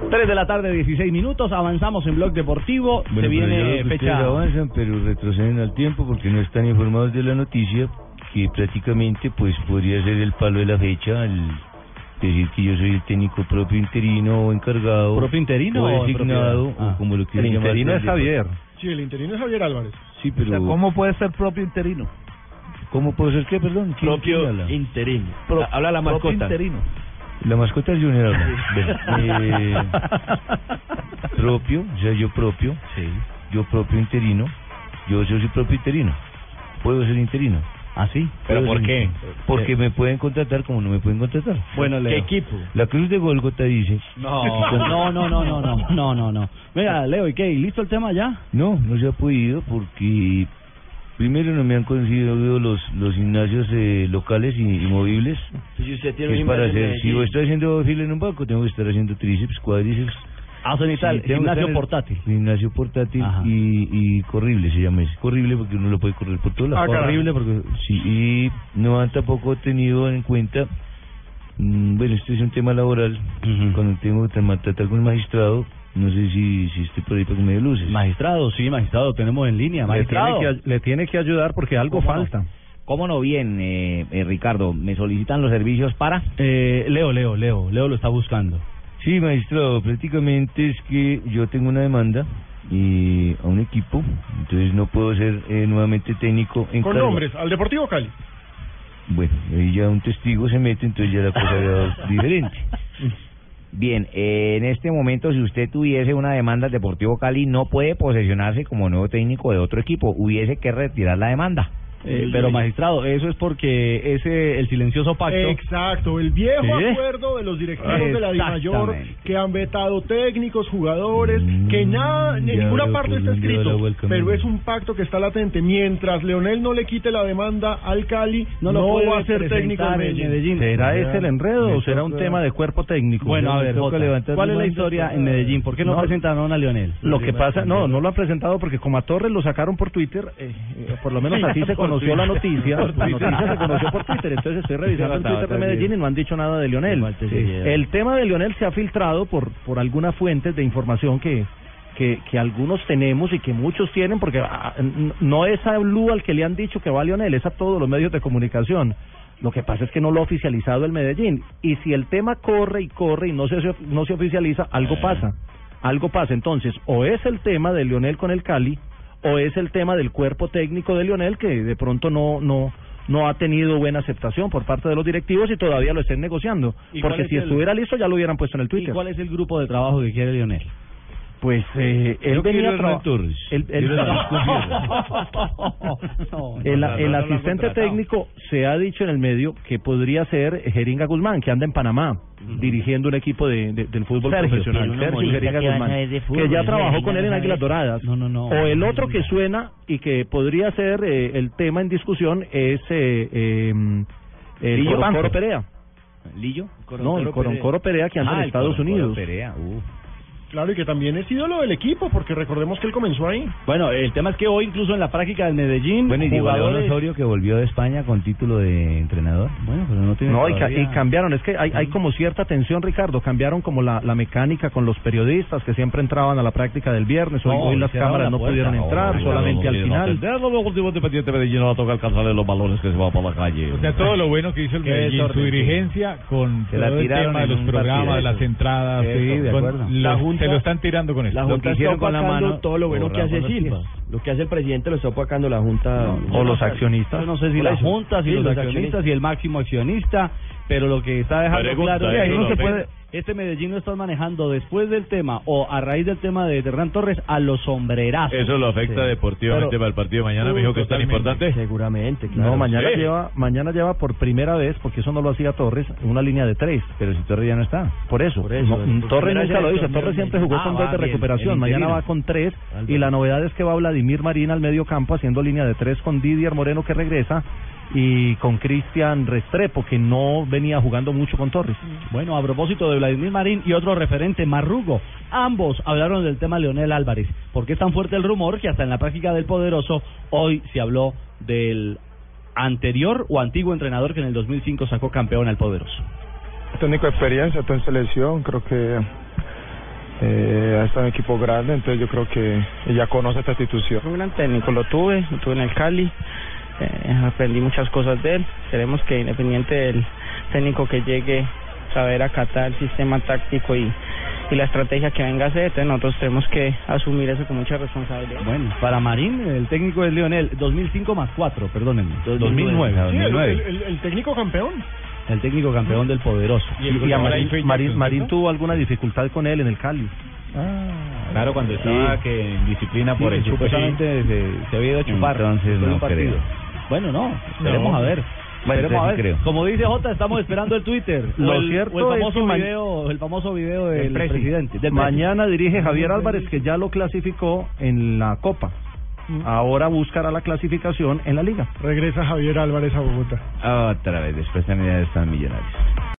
3 de la tarde, 16 minutos. Avanzamos en Blog Deportivo. Se Bueno, pero viene ya veo que fecha. ustedes avanzan, pero retroceden al tiempo porque no están informados de la noticia que prácticamente pues podría ser el palo de la fecha al decir que yo soy el técnico propio interino o encargado. ¿Propio interino o o en designado propiedad? Ah. o como lo quieran llamar. pues, Sí, el interino es Javier Álvarez. Sí, pero ¿cómo? ¿Cómo puede ser propio interino? puede ser qué, perdón? ¿Quién- quién habla? interino. Habla la mascota. interino. La mascota es Junior. Bueno, eh, propio, o sea, yo propio, Sí. yo propio interino, yo, yo soy propio interino, puedo ser interino. ¿Ah, sí? Puedo ser interino. Porque me pueden contratar como no me pueden contratar. Eh. Bueno, Leo. ¿Qué equipo? La Cruz de Golgota dice, No. no, no, no, no, no, no, no, no. Mira, Leo, ¿y qué? ¿Y ¿Listo el tema ya? no, no se ha podido porque primero no me han conseguido los, los gimnasios eh, locales y, y movibles. que es para hacer, si voy a estar haciendo fila en un banco, tengo que estar haciendo tríceps, cuádriceps, Ah, son y tal, Sí, tengo que gimnasio estar en- portátil. Gimnasio portátil Ajá. y, y corrible se llama ese. Corrible porque uno lo puede correr por todos lados. Ah, caray. Corrible porque sí. Y no han tampoco tenido en cuenta, mm, bueno, este es un tema laboral. Ujú. Cuando tengo que tra- tratar con el magistrado, no sé si, si estoy por ahí para que me dé luces. Magistrado, sí, magistrado, tenemos en línea. Magistrado. ayudar porque algo ¿Cómo no? falta. ¿Cómo no? Bien, eh, Ricardo, me solicitan los servicios para... Eh, Leo, Leo, Leo, Leo lo está buscando. Sí, magistrado, prácticamente es que yo tengo una demanda eh, a un equipo, entonces no puedo ser eh, nuevamente técnico en Con cargo. nombres, al Deportivo Cali. Bueno, ahí ya un testigo se mete, entonces ya la cosa era diferente. Bien, eh, en este momento si usted tuviese una demanda al Deportivo Cali no puede posesionarse como nuevo técnico de otro equipo, hubiese que retirar la demanda. Eh, pero magistrado, eso es porque ese el silencioso pacto. Exacto, el viejo Sí. ¿Eh? acuerdo de los directivos de la DIMAYOR Exactamente. que han vetado técnicos, jugadores, Mm, que nada, en ya ninguna veo parte por está dónde va la escrito, vuelta, pero mira. es un pacto que está latente. Mientras Leonel no le quite la demanda al Cali, no, puede va a ser técnico presentar en en Medellín. Medellín. ¿Será ese el enredo o será un tema de cuerpo técnico? Bueno, a ver, Jota, ¿cuál es la historia en Medellín? ¿Por qué no, presentaron a Leonel? Lo que pasa, no, no lo han presentado porque como a Torres lo sacaron por Twitter, eh, eh, por lo menos así se conoció la noticia, la noticia se conoció por Twitter, entonces estoy revisando el Twitter de Medellín y no han dicho nada de Leonel. Igual te Sí. siguieron. El tema de Leonel se ha filtrado por, por algunas fuentes de información que... Que, que algunos tenemos y que muchos tienen, porque ah, n- no es a Blue al que le han dicho que va Leonel, es a todos los medios de comunicación. Lo que pasa es que no lo ha oficializado el Medellín. Y si el tema corre y corre y no se, no se oficializa, algo pasa. Algo pasa. Entonces, o es el tema de Lionel con el Cali, o es el tema del cuerpo técnico de Lionel que de pronto no, no, no ha tenido buena aceptación por parte de los directivos y todavía lo estén negociando. Porque si estuviera listo ya lo hubieran puesto en el Twitter. ¿Y cuál es el grupo de trabajo que quiere Lionel? Pues eh, él Yo venía quiero a a traba- Hernán Torres. él- él- Quiero a Hernán el, no, no, el no lo han asistente contratado. técnico se ha dicho en el medio que podría ser Jeringa Guzmán, que anda en Panamá dirigiendo un equipo de, de- del fútbol Sergio, profesional. pero uno Sergio molesta Jeringa que van a Guzmán, ver de fútbol, que ya ¿no? trabajó Jeringa con él en no Águilas sabe. Doradas. No, no, no. O el otro que suena y que podría ser eh, el tema en discusión es eh, eh, el Lillo Coroncoro Banco. Perea. ¿Lillo? No, el Coroncoro Perea que anda Ah, en el Estados Coroncoro Unidos. Perea, uh. Claro, y que también es ídolo del equipo, porque recordemos que él comenzó ahí. Bueno, el tema es que hoy incluso en la práctica del Medellín, Bueno, y Diego León Osorio que volvió de España con título de entrenador. Bueno, pero no tiene No, y, ca- todavía- y cambiaron, es que hay, hay como cierta tensión, Ricardo, cambiaron como la, la mecánica con los periodistas que siempre entraban a la práctica del viernes, hoy, No, hoy las cerraron cámaras la no puerta. pudieron No, entrar, no, solamente no, al no, final. no, no, no, no, Independiente Medellín no va a tocar alcanzarle los balones que se va para la calle. O sea, todo lo bueno que hizo el Qué Medellín, su desorden, sí. dirigencia, con Se la todo el tiraron tema de en los un programas, partidazo. las entradas, Sí, de con- acuerdo. la La junta- se lo están tirando con eso. la Junta está opacando todo lo bueno que hace Silva. Lo que hace el presidente lo está opacando la Junta. No, o no, los no, accionistas. no sé si la Junta, si los, accionistas, si el máximo accionista, pero lo que está dejando claro Sí, ahí no se puede- este Medellín lo están manejando después del tema o a raíz del tema de Hernán Torres a los sombrerazos. Eso lo afecta deportivamente para el partido de mañana, me dijo que es tan importante. Seguramente, claro. No, mañana Sí. lleva, mañana lleva por primera vez, porque eso no lo hacía Torres, una línea de tres. Pero si Torres ya no está. Por eso. por No, Torres primera nunca vez lo en hizo. el torneo Torres siempre jugó Ah, con va dos de bien, recuperación. el Mañana interino. va con tres. Y Álvaro. la novedad es que va Vladimir Marín al medio campo haciendo línea de tres con Didier Moreno que regresa. Y con Cristian Restrepo, que no venía jugando mucho con Torres. Mm. Bueno, a propósito de Vladimir Marín y otro referente, Marrugo, ambos hablaron del tema Leonel Álvarez, porque es tan fuerte el rumor que hasta en la práctica del Poderoso hoy se habló del anterior o antiguo entrenador que en el 2005 sacó campeón al Poderoso. técnico de experiencia, está en selección, creo que eh, ha estado en equipo grande, entonces yo creo que ya conoce esta institución. Un gran técnico, lo tuve, lo tuve en el Cali, eh, aprendí muchas cosas de él. Queremos que independiente del técnico que llegue, saber acatar el sistema táctico y, y la estrategia que venga a hacer, entonces nosotros tenemos que asumir eso con mucha responsabilidad. Bueno, para Marín, el técnico es Leonel, 2005 más 4, perdónenme, 2009. Sí, el, 2009. el- el- el técnico campeón. El técnico campeón del Poderoso. ¿Y el goleador ahí fue Marín, Jackson, Marín, ¿no? Marín tuvo alguna dificultad con él en el Cali. Ah, Claro, cuando estaba que en disciplina por Sí, el chupe. supuestamente se, había ido a chupar Entonces por un no partido. creo. Bueno, no, esperemos No. a ver. Bueno, Esperemos a entonces ver. sí creo. Como dice Jota, estamos esperando el Twitter. Lo o el, cierto o el es famoso que ma- video, el famoso video del Presi. presidente. del Mañana Presi. dirige Javier Álvarez, que ya lo clasificó en la Copa. Mm. Ahora buscará la clasificación en la Liga. Regresa Javier Álvarez a Bogotá. Otra vez, después también están millonarios.